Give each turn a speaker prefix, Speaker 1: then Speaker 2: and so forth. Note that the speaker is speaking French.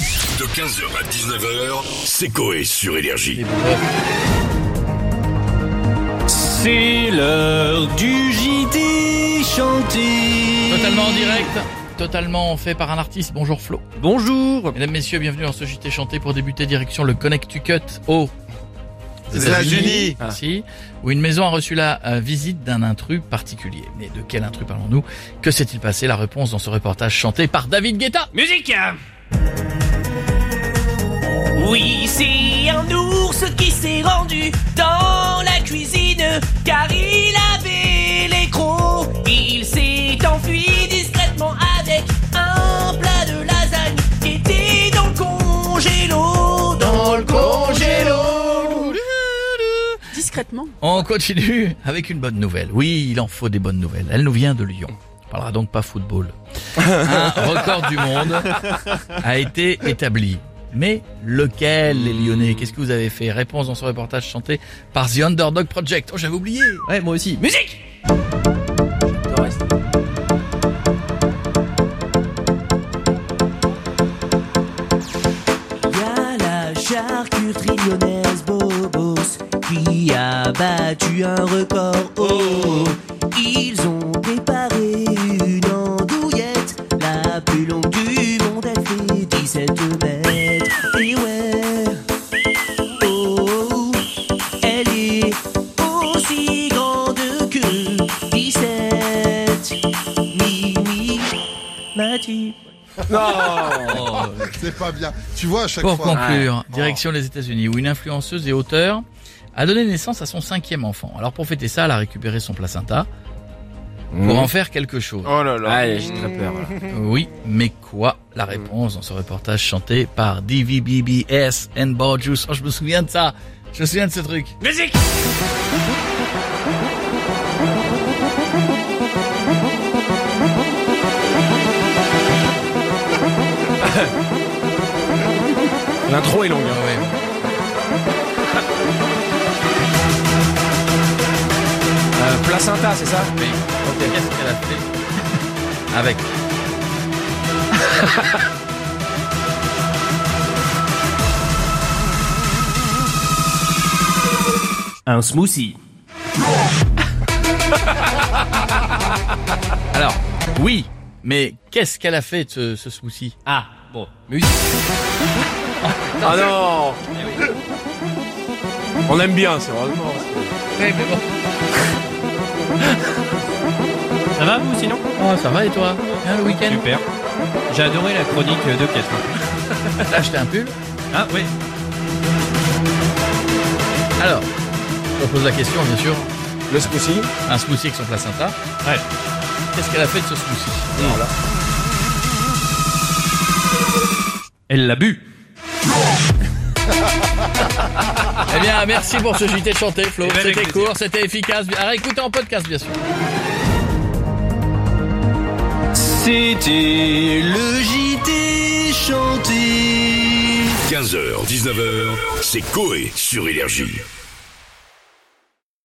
Speaker 1: De 15h à 19h, c'est Coé sur Énergie.
Speaker 2: C'est l'heure du JT chanté.
Speaker 3: Totalement en direct, totalement fait par un artiste. Bonjour Flo.
Speaker 2: Bonjour.
Speaker 3: Mesdames, messieurs, bienvenue dans ce JT chanté pour débuter direction le Connecticut au
Speaker 4: États-Unis.
Speaker 3: Merci. où une maison a reçu la euh, visite d'un intrus particulier. Mais de quel intrus parlons-nous Que s'est-il passé La réponse dans ce reportage chanté par David Guetta.
Speaker 5: Musique Oui, c'est un ours qui s'est rendu dans la cuisine car il avait les crocs. Il s'est enfui discrètement avec un plat de lasagne qui était dans le congélo. Dans le congélo.
Speaker 6: Discrètement.
Speaker 3: On continue avec une bonne nouvelle. Oui, il en faut des bonnes nouvelles. Elle nous vient de Lyon. On parlera donc pas football. Un record du monde a été établi. Mais lequel, les Lyonnais Qu'est-ce que vous avez fait Réponse dans ce reportage chanté par The Underdog Project. Oh, j'avais oublié
Speaker 2: Ouais, moi aussi.
Speaker 5: Musique
Speaker 7: Y'a la charcuterie lyonnaise Bobos qui a battu un record. Oh, oh, oh. ils ont préparé une andouillette, la plus longue du monde, elle fait 17 mètres. Et ouais, oh, oh, elle est aussi grande que 17 Mimi Mathieu.
Speaker 4: C'est pas bien. Tu vois, à chaque
Speaker 3: Pour
Speaker 4: fois.
Speaker 3: conclure, direction les États-Unis, où une influenceuse et auteure a donné naissance à son cinquième enfant. Alors pour fêter ça, elle a récupéré son placenta pour en faire quelque chose. Euh,
Speaker 8: Oh là là.
Speaker 2: Allez, Mhm. Ah, j'ai très peur.
Speaker 3: Oui, mais quoi La réponse dans ce reportage chanté par DVBBS and Borjus. Oh, je me souviens de ça. Je me souviens de ce truc.
Speaker 5: Musique
Speaker 2: L'intro est longue. hein,
Speaker 3: Ah ouais.
Speaker 2: Euh, placenta, c'est ça
Speaker 3: Mais qu'est-ce qu'elle a fait Avec.
Speaker 7: Un smoothie.
Speaker 3: Alors, oui, mais qu'est-ce qu'elle a fait de ce, ce souci
Speaker 5: Ah, bon.
Speaker 8: Ah non On aime bien, c'est vraiment.
Speaker 5: Ça va vous sinon
Speaker 3: Oh, ça va et toi Bien le week-end
Speaker 5: Super. J'ai adoré la chronique de Catherine.
Speaker 3: T'as acheté un pull
Speaker 5: Ah oui.
Speaker 3: Alors, on pose la question, bien sûr.
Speaker 8: Le smoothie
Speaker 3: Un smoothie avec son placenta.
Speaker 5: Ouais. Mmh.
Speaker 3: Qu'est-ce qu'elle a fait de ce smoothie
Speaker 5: Elle l'a bu.
Speaker 3: Eh bien, merci pour ce JT chanté, Flo.
Speaker 5: Eh ben, avec
Speaker 3: C'était
Speaker 5: plaisir.
Speaker 3: court, c'était efficace. Alors, écoutez en podcast, bien sûr.
Speaker 2: C'était le JT chanté.
Speaker 1: 15h, 19h, c'est Coé sur Énergie.